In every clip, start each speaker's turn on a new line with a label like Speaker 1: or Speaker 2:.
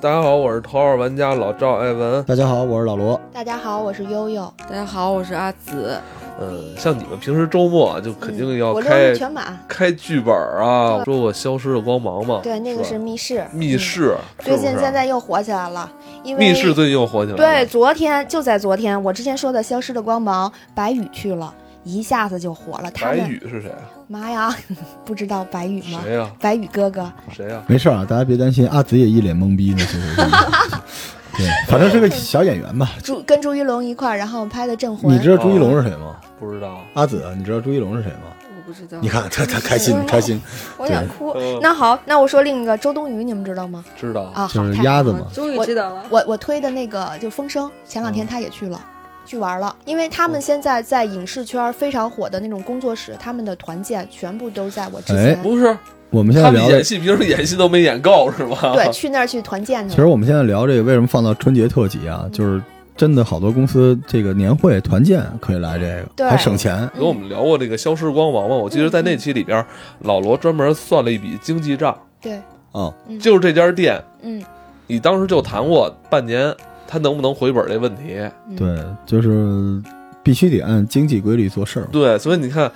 Speaker 1: 大家好，我是头号玩家老赵艾文。
Speaker 2: 大家好，我是老罗。
Speaker 3: 大家好，我是悠悠。
Speaker 4: 大家好，我是阿紫。
Speaker 1: 嗯，像你们平时周末啊就肯定要
Speaker 3: 嗯我六
Speaker 1: 开、哦
Speaker 3: 日全满。
Speaker 1: 开剧本啊，
Speaker 3: 对
Speaker 1: 说我消失的光芒嘛，
Speaker 3: 对，那个
Speaker 1: 吧
Speaker 3: 是密室。嗯
Speaker 1: 密室，是
Speaker 3: 最
Speaker 1: 不
Speaker 3: 近
Speaker 1: 是
Speaker 3: 现在又火起来了，因为
Speaker 1: 密室最近又火起来
Speaker 3: 对，
Speaker 1: 了。
Speaker 3: 昨天就在昨天，我之前说的《消失的光芒》，白宇去了，一下子就火了。他
Speaker 1: 白
Speaker 3: 们
Speaker 1: 宇是谁啊？
Speaker 3: 妈呀， 不知道白宇吗？
Speaker 1: 谁呀？
Speaker 3: 白宇哥哥，
Speaker 1: 谁呀？
Speaker 2: 没事儿啊，大家别担心，阿紫也一脸懵逼呢。其 实，对，反正是个小演员吧。
Speaker 3: 朱跟朱一龙一块儿，然后拍的《镇魂
Speaker 2: 你》。知道朱一龙是谁吗？
Speaker 1: 不知道。啊
Speaker 2: 阿紫，啊你知道朱一龙是谁吗？
Speaker 4: 我不知道，
Speaker 2: 你看他他开心开心，
Speaker 3: 我想哭
Speaker 1: 嗯。
Speaker 3: 那好，那我说另一个周冬雨，你们知道吗？
Speaker 1: 知道。
Speaker 3: 啊，好
Speaker 2: 就是，
Speaker 3: 太
Speaker 2: 鸭子
Speaker 4: 啊
Speaker 2: 嘛。
Speaker 4: 终于知道了。
Speaker 3: 我我推的那个就《风声》，前
Speaker 2: 嗯
Speaker 3: 两天他也去了。去玩了，因为
Speaker 2: 哦
Speaker 3: 他们现在在影视圈非常火的那种工作室，他们的团建全部都在我之前，
Speaker 1: 不是，
Speaker 2: 哎我们现在
Speaker 1: 他们
Speaker 2: 聊
Speaker 1: 演
Speaker 2: 的，
Speaker 1: 戏平时演戏都没演够是吗？
Speaker 3: 对，去那儿去团建
Speaker 2: 啊其
Speaker 3: 去
Speaker 2: 实
Speaker 3: 了。
Speaker 2: 我们现在聊这个为什么放到春节特辑啊？就是真的好多公司这个年会团建可以来这
Speaker 3: 对
Speaker 2: 个，还省钱。
Speaker 1: 跟我
Speaker 3: 嗯
Speaker 1: 们聊过这个消失光芒嘛，我记得在那期里边，老罗专门算了一笔经济账，
Speaker 3: 对，
Speaker 2: 哦，
Speaker 1: 就是这家店，
Speaker 3: 嗯，
Speaker 1: 你当时就谈过半年，他能不能回本这问题。
Speaker 3: 嗯，
Speaker 2: 对，就是必须得按经济规律做事儿嘛。
Speaker 1: 对，所以你看，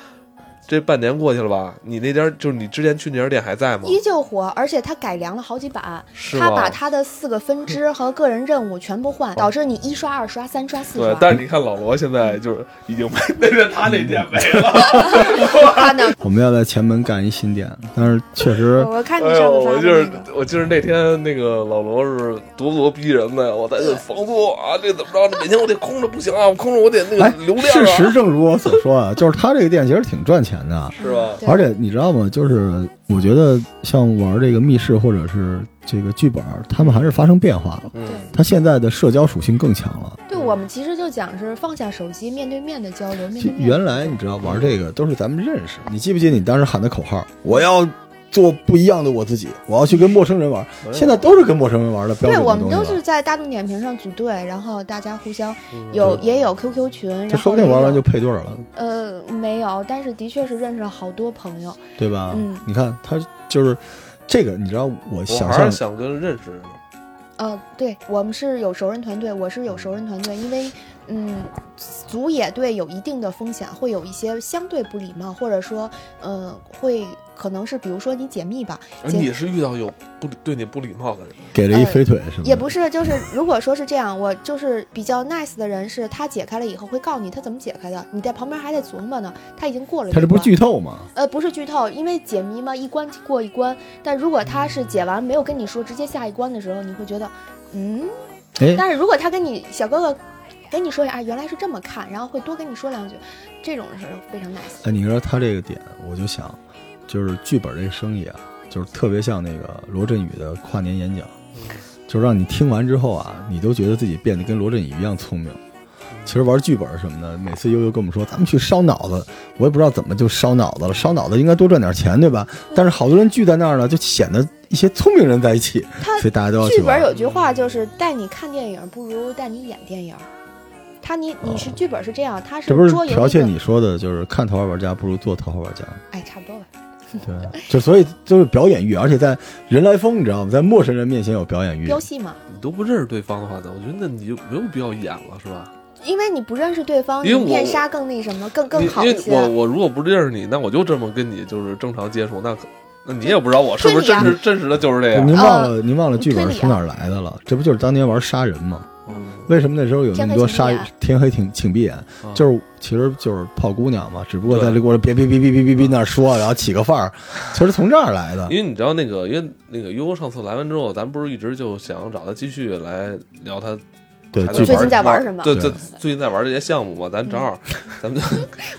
Speaker 1: 这半年过去了吧？你那家就是你之前去那家店还在吗？
Speaker 3: 依旧火，而且他改良了好几版，
Speaker 1: 是
Speaker 3: 他把
Speaker 1: 吗？
Speaker 3: 他的四个分支和个人任务全部
Speaker 2: 哦
Speaker 3: 换，导致你一刷、二刷、三刷、四
Speaker 1: 对，
Speaker 3: 刷。
Speaker 1: 但是你看老罗现在就是已经没，那是他那店
Speaker 3: 嗯
Speaker 1: 没了。
Speaker 3: 他呢？
Speaker 2: 我们要在前门干一新店，但是确实
Speaker 3: 我看你
Speaker 1: 哎
Speaker 3: 上
Speaker 1: 呦，
Speaker 3: 次发
Speaker 1: 我
Speaker 3: 的
Speaker 1: 就是
Speaker 3: 那个，
Speaker 1: 我就是那天那个老罗是咄咄逼人的，我在这房租啊，这怎么着？这每天我得空着不行啊，我空着我得 那
Speaker 2: 哎
Speaker 1: 个流，量
Speaker 2: 事
Speaker 1: 啊，
Speaker 2: 实正如我所说啊，就是他这个店其实挺赚钱 的，
Speaker 1: 是吧？
Speaker 3: 对
Speaker 2: 而且你知道吗？就是我觉得像玩这个密室或者是这个剧本，他们还是发生变化了。
Speaker 1: 嗯，
Speaker 2: 他现在的社交属性更强了。
Speaker 3: 对我们其实就讲是放下手机，面对面的交流，面
Speaker 2: 就
Speaker 3: 对面。
Speaker 2: 原来你知道玩这个都是咱们认识，你记不记得你当时喊的口号？我要做不一样的我自己，我要去跟陌生人玩。现在都是跟陌生人玩的标
Speaker 3: 哎对，
Speaker 2: 准
Speaker 3: 我
Speaker 2: 的
Speaker 3: 们
Speaker 2: 东
Speaker 3: 都
Speaker 2: 西
Speaker 3: 是
Speaker 2: 了。
Speaker 3: 在大众点评上组队，然后大家互相有也有 QQ 群，然
Speaker 2: 这
Speaker 3: 后
Speaker 2: 说不定玩完
Speaker 3: 也
Speaker 2: 嗯就
Speaker 3: 有
Speaker 2: 配对了，
Speaker 3: 呃没有，但是的确是认识了好多朋友。
Speaker 2: 对吧？
Speaker 3: 嗯
Speaker 2: 你看他就是这个，你知道我
Speaker 1: 我
Speaker 2: 想
Speaker 1: 还
Speaker 2: 象
Speaker 1: 是想跟认识人。
Speaker 3: 呃，对我们是有熟人团队，我是有熟人团队，因为嗯，组野队有一定的风险，会有一些相对不礼貌，或者说嗯、呃会可能是比如说你解密吧，
Speaker 1: 哎
Speaker 3: 解
Speaker 1: 你是遇到有不对你不礼貌的人吗，
Speaker 2: 给了一
Speaker 3: 呃
Speaker 2: 飞腿是吧？
Speaker 3: 也不是，就是如果说是这样，我就是比较 nice 的人，是他解开了以后会告诉你他怎么解开的，你在旁边还得琢磨呢，他已经过了一
Speaker 2: 他
Speaker 3: 关。
Speaker 2: 这不是剧透吗？
Speaker 3: 呃，不是剧透，因为解谜嘛，一关过一关。但如果他是解完没有跟你说，直接下一关的时候，你会觉得，嗯。
Speaker 2: 哎，
Speaker 3: 但是如果他跟你小哥哥跟你说一下，啊，原来是这么看，然后会多跟你说两句，这种是非常 nice 的。
Speaker 2: 哎，你说他这个点，我就想，就是剧本这个生意啊，就是特别像那个罗振宇的跨年演讲，就是让你听完之后啊，你都觉得自己变得跟罗振宇一样聪明。其实玩剧本什么的，每次悠悠跟我们说，咱们去烧脑子，我也不知道怎么就烧脑子了。烧脑子应该多赚点钱，对吧？
Speaker 3: 嗯
Speaker 2: 但是好多人聚在那儿呢，就显得一些聪明人在一起，
Speaker 3: 他
Speaker 2: 所以大家都要去
Speaker 3: 剧本
Speaker 2: 玩。嗯
Speaker 3: 有句话就是带你看电影不如带你演电影。他你你是剧本是这样，他是
Speaker 2: 哦这不是
Speaker 3: 桌游
Speaker 2: 剽
Speaker 3: 那
Speaker 2: 窃
Speaker 3: 个
Speaker 2: 你说的，就是看《桃花玩家》不如做《桃花玩家》。
Speaker 3: 哎，差不多吧。
Speaker 2: 嗯对，就所以就是表演欲，而且在人来疯，你知道吗？在陌生人面前有表演欲
Speaker 3: 飙，戏嘛，
Speaker 1: 你都不认识对方的话，我觉得那你就没有必要演了，是吧？
Speaker 3: 因为你不认识对方，你
Speaker 1: 因为我
Speaker 3: 面纱更那什么，更更
Speaker 1: 因
Speaker 3: 好
Speaker 1: 因
Speaker 3: 一
Speaker 1: 为
Speaker 3: 些。
Speaker 1: 我我如果不认识你，那我就这么跟你就是正常接触，那可那你也不知道我是不是
Speaker 3: 对
Speaker 1: 真
Speaker 3: 呀
Speaker 1: 实真实的就是这
Speaker 2: 您
Speaker 1: 样。
Speaker 2: 忘了、您忘了剧本
Speaker 3: 推理啊
Speaker 2: 是从哪儿来的了？这不就是当年玩杀人吗？
Speaker 1: 嗯
Speaker 2: 为什么那时候有那么多杀
Speaker 3: 天
Speaker 2: 天黑
Speaker 3: 黑请闭
Speaker 2: 请请闭眼？
Speaker 1: 啊
Speaker 2: 就是其实就是泡姑娘嘛，只不过
Speaker 1: 对
Speaker 2: 在这过程别别别别别别别那儿说，然后起个范儿，其实从这儿来的
Speaker 1: 因。为你知道那个，因为那个悠悠上次来完之后，咱不是一直就想找他继续来聊他
Speaker 2: 对，
Speaker 1: 还
Speaker 2: 剧
Speaker 3: 最
Speaker 2: 本
Speaker 1: 玩
Speaker 3: 近在玩什么
Speaker 1: 对，
Speaker 2: 对
Speaker 1: 最最近在玩这些项目嘛，咱正好，咱们就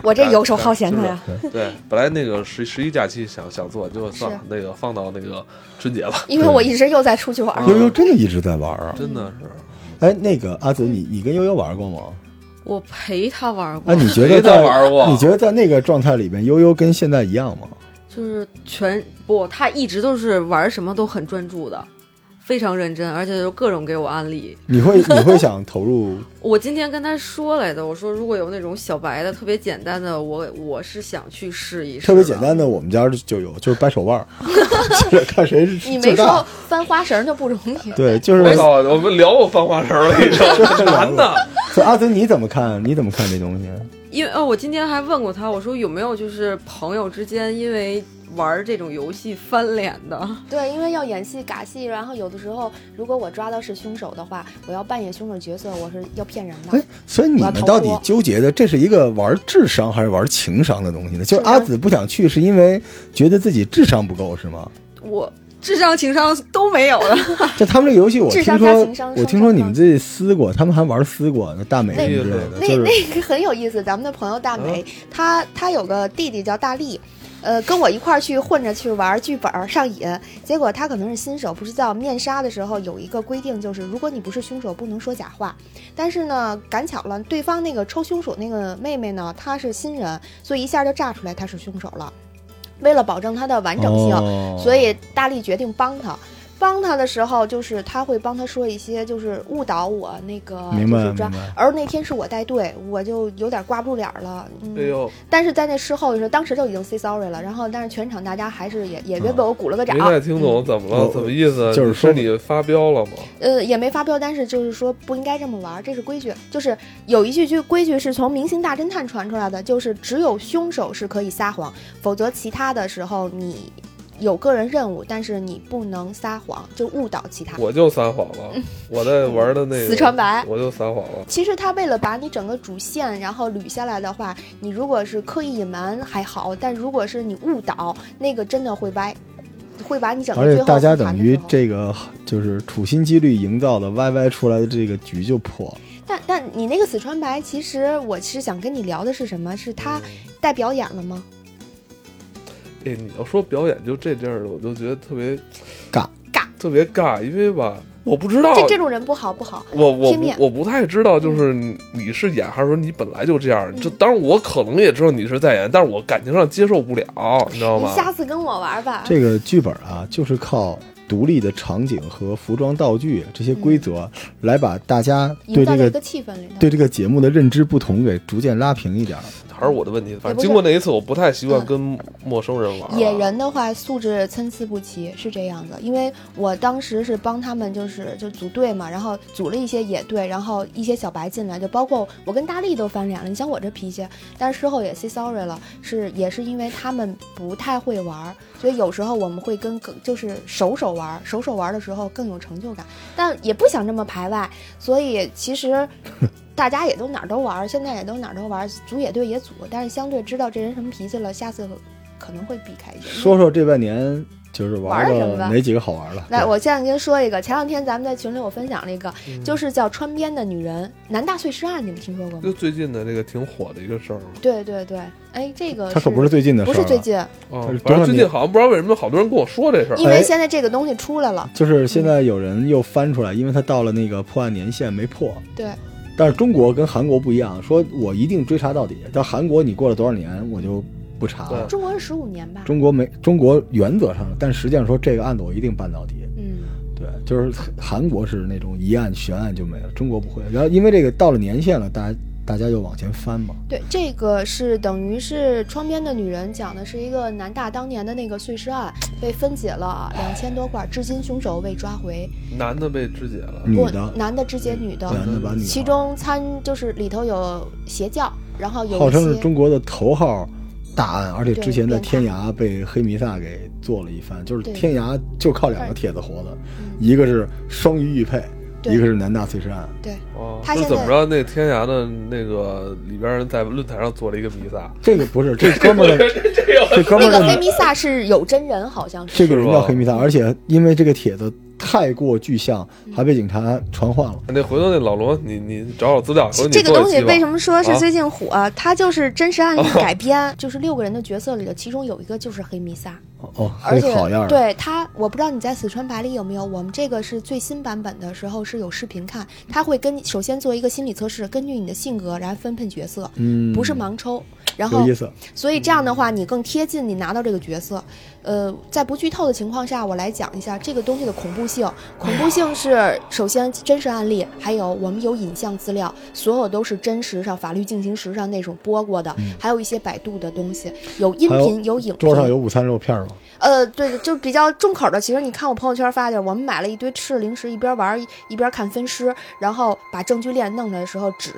Speaker 3: 我这游手好闲的呀，
Speaker 1: 对，本来那个十十一假期想想做，就算了
Speaker 3: 是，
Speaker 1: 那个放到那个春节吧，
Speaker 3: 因为我一直又在出去玩儿。
Speaker 1: 嗯
Speaker 2: 悠悠真的一直在玩啊！
Speaker 1: 真的是。
Speaker 2: 哎，那个阿紫，你你跟悠悠玩过吗？
Speaker 4: 我陪他玩过，
Speaker 2: 哎， 你觉得
Speaker 1: 谁
Speaker 2: 在
Speaker 1: 在玩过
Speaker 2: 你觉得在那个状态里面，悠悠跟现在一样吗？
Speaker 4: 就是全不，他一直都是玩什么都很专注的，非常认真，而且就各种给我安利。
Speaker 2: 你会你会想投入
Speaker 4: 我今天跟他说来的，我说如果有那种小白的特别简单的，我我是想去试一 试。
Speaker 2: 特别简单，的，我们家就有，就是掰手腕儿，就是看谁是
Speaker 3: 你
Speaker 2: 最
Speaker 3: 没
Speaker 2: 大
Speaker 3: 说。翻花绳就不容易。
Speaker 2: 对，就是
Speaker 1: 我操！我们聊过翻花绳了，已经
Speaker 2: 就是
Speaker 1: 难的。
Speaker 2: 所以阿泽你怎么看？你怎么看这东西？
Speaker 4: 因为呃，我今天还问过他，我说有没有就是朋友之间因为玩这种游戏翻脸的？
Speaker 3: 对，因为要演戏嘎戏，然后有的时候如果我抓到是凶手的话，我要扮演凶手角色，我是要骗人
Speaker 2: 哎
Speaker 3: 的。，
Speaker 2: 所以你们到底
Speaker 3: 我要逃脱
Speaker 2: 纠结的，这是一个玩智商还是玩情商的东西呢？就是
Speaker 3: 智商
Speaker 2: 阿紫不想去，是因为觉得自己智商不够，是吗？
Speaker 4: 我智商情商都没有了，
Speaker 2: 就他们这个游戏，我
Speaker 3: 啊智
Speaker 2: 听
Speaker 3: 商加情
Speaker 2: 说
Speaker 3: 商，
Speaker 2: 我听
Speaker 3: 双
Speaker 2: 说
Speaker 3: 方
Speaker 2: 你们自己撕过，他们还玩撕过，那大美
Speaker 3: 那
Speaker 2: 什么之类的，呃
Speaker 3: 那
Speaker 2: 就是嗯
Speaker 3: 那个很有意思，咱们的朋友大美，她她有个弟弟叫大力。呃，跟我一块儿去混着去玩剧本儿上瘾，结果他可能是新手，不知道面杀的时候有一个规定，就是如果你不是凶手，不能说假话。但是呢，赶巧了，对方那个抽凶手那个妹妹呢，她是新人，所以一下就炸出来她是凶手了。为了保证她的完整性，
Speaker 2: 哦
Speaker 3: 所以大力决定帮他。帮他的时候，就是他会帮他说一些，就是误导我那个，
Speaker 2: 明白
Speaker 3: 就是抓
Speaker 2: 明白。
Speaker 3: 而那天是我带队，我就有点挂不住脸儿了。嗯、
Speaker 1: 哎呦，
Speaker 3: 但是在那事后的时候，当时就已经 say sorry 了。然后，但是全场大家还是也也原本我鼓了个掌
Speaker 1: 嗯没，太听
Speaker 3: 嗯
Speaker 1: 懂怎么了？
Speaker 2: 我
Speaker 1: 怎么意思？
Speaker 2: 嗯
Speaker 1: 啊
Speaker 2: 就是
Speaker 1: 你
Speaker 2: 说
Speaker 1: 是你发飙了吗？
Speaker 3: 呃，也没发飙，但是就是说不应该这么玩儿，这是规矩。就是有一句句规矩是从《明星大侦探》传出来的，就是只有凶手是可以撒谎，否则其他的时候你有个人任务，但是你不能撒谎，就误导其他。
Speaker 1: 我就撒谎了，我在玩的那个
Speaker 3: 嗯死穿白
Speaker 1: 我就撒谎了。
Speaker 3: 其实他为了把你整个主线然后捋下来的话，你如果是刻意隐瞒还好，但如果是你误导，那个真的会歪，会把你整个
Speaker 2: 而
Speaker 3: 最
Speaker 2: 且
Speaker 3: 后
Speaker 2: 大家
Speaker 3: 复盘
Speaker 2: 等
Speaker 3: 的
Speaker 2: 于
Speaker 3: 时候
Speaker 2: 这个就是处心积虑营造的 YY 出来的这个局就破了。
Speaker 3: 但但你那个死川白，其实我是想跟你聊的是什么？是他带表演了吗？
Speaker 1: 哎，你要说表演就这地儿的，我就觉得特别
Speaker 2: 尬嗯
Speaker 3: 尬，
Speaker 1: 特别尬，因为吧，我不知道
Speaker 3: 这这种人不好不好，
Speaker 1: 我我
Speaker 3: 片
Speaker 1: 不
Speaker 3: 面
Speaker 1: 我不太知道，就是你你是演还是说你本来就这样？
Speaker 3: 嗯
Speaker 1: 这当然我可能也知道你是在演，但是我感情上接受不了，你知道
Speaker 3: 你
Speaker 1: 吗？
Speaker 3: 下次跟我玩吧。
Speaker 2: 这个剧本啊，就是靠独立的场景和服装道具这些规则，来把大家对
Speaker 3: 嗯营造
Speaker 2: 这
Speaker 3: 在一
Speaker 2: 个
Speaker 3: 个气氛里头，
Speaker 2: 对这个节目的认知不同给逐渐拉平一点儿。
Speaker 3: 嗯
Speaker 1: 还是我的问题，反正
Speaker 3: 也不是嗯
Speaker 1: 经过那一次，我不太习惯跟陌生人玩了。啊
Speaker 3: 野人的话素质参差不齐，是这样的。因为我当时是帮他们，就是就组队嘛，然后组了一些野队，然后一些小白进来，就包括我跟大力都翻脸了。你像我这脾气，但是事后也 say sorry 了，是也是因为他们不太会玩儿，所以有时候我们会跟更就是熟手玩儿，熟手玩儿的时候更有成就感，但也不想这么排外，所以其实。 大家也都哪儿都玩儿，现在也都哪儿都玩儿，组野队也组，但是相对知道这人什么脾气了，下次可能会避开一些。
Speaker 2: 说说这半年就是玩
Speaker 3: 玩了什
Speaker 2: 了
Speaker 3: 么吧
Speaker 2: 哪几个好玩的？
Speaker 3: 嗯来，我现在跟你说一个，前两天咱们在群里我分享了一个，
Speaker 1: 嗯
Speaker 3: 就是叫《川边的女人》，南大碎尸案，你们听说过吗？
Speaker 1: 就最近的这个挺火的一个事儿嘛。
Speaker 3: 对对对，哎，这个
Speaker 2: 他可不是最近的事
Speaker 3: 不
Speaker 2: 儿，
Speaker 3: 是最，近，
Speaker 1: 啊
Speaker 2: 但是，
Speaker 1: 反
Speaker 2: 多少
Speaker 1: 正最近
Speaker 2: 年
Speaker 1: 好像不知道为什么好多人跟我说这事儿。
Speaker 3: 因
Speaker 2: 哎
Speaker 3: 为现在这个东西出来了，
Speaker 2: 就是现在有人又翻出来，因为他到了那个破案年限没破。
Speaker 3: 对，
Speaker 2: 但是中国跟韩国不一样，说我一定追查到底。到韩国你过了多少年，我就不查了
Speaker 1: 对。
Speaker 3: 中国是十五年吧？
Speaker 2: 中国没中国原则上，但实际上说这个案子我一定办到底。
Speaker 3: 嗯，
Speaker 2: 对，就是韩国是那种一案悬案就没了，中国不会。然后因为这个到了年限了，大家大家就往前翻嘛。
Speaker 3: 对，这个是等于是《窗边的女人》，讲的是一个南大当年的那个碎尸案，被分解了啊两千多块，至今凶手未抓回，
Speaker 1: 男的被肢解了，
Speaker 2: 女
Speaker 3: 不
Speaker 2: 的，
Speaker 3: 男的肢解女的，
Speaker 2: 男的把女的，
Speaker 3: 其中参就是里头有邪教，然后有一
Speaker 2: 号称是
Speaker 3: 些
Speaker 2: 中国的头号大案，而且
Speaker 3: 对
Speaker 2: 之前在
Speaker 3: 变态
Speaker 2: 天涯被黑弥撒给做了一番，就是
Speaker 3: 对嗯
Speaker 2: 天涯就靠两个帖子活的，一个是双鱼玉佩，
Speaker 3: 对
Speaker 2: 一个是南大碎尸案。
Speaker 3: 对。
Speaker 1: 哦，
Speaker 3: 他
Speaker 1: 那
Speaker 3: 现
Speaker 1: 怎么
Speaker 3: 在
Speaker 1: 着？那天涯的那个里边人在论坛上做了一个弥撒，
Speaker 2: 这个不是这哥们儿的，这哥们
Speaker 3: 那
Speaker 2: 儿的
Speaker 3: 个黑弥撒是有真人，好像是。
Speaker 2: 这个人叫黑弥撒，
Speaker 1: 是吧
Speaker 2: 而且因为这个帖子太过具象，还被警察传唤了。
Speaker 1: 那回头那老罗，你你找找资料，回头你
Speaker 3: 这个
Speaker 1: 做一
Speaker 3: 东西
Speaker 1: 期吧
Speaker 3: 为什么说是
Speaker 1: 啊哦
Speaker 3: 最近火、它就是真实案例改编，就是六个人的角色里的，其中有一个就是黑弥撒，
Speaker 2: 哦，
Speaker 3: 而且
Speaker 2: 嘿好样儿！
Speaker 3: 对他，我不知道你在四川白里有没有，我们这个是最新版本的时候是有视频看，他会跟你首先做一个心理测试，根据你的性格然后分配角色，
Speaker 2: 嗯，
Speaker 3: 不是盲抽。然后
Speaker 2: 有意思。
Speaker 3: 所以这样的话，你更贴近你拿到这个角色。呃，在不剧透的情况下，我来讲一下这个东西的恐怖性。恐怖性是首先真实案例，还有我们有影像资料，所有都是真实上法律进行时上那种播过的，还有一些百度的东西，有
Speaker 2: 嗯
Speaker 3: 音
Speaker 2: 还有
Speaker 3: 频，有影
Speaker 2: 桌上
Speaker 3: 频。
Speaker 2: 有午餐肉片儿吗？吗？
Speaker 3: 呃，对，就比较重口的。其实你看我朋友圈发的，我们买了一堆吃的零食，一边玩儿一一边看分尸，然后把证据链弄来的时候指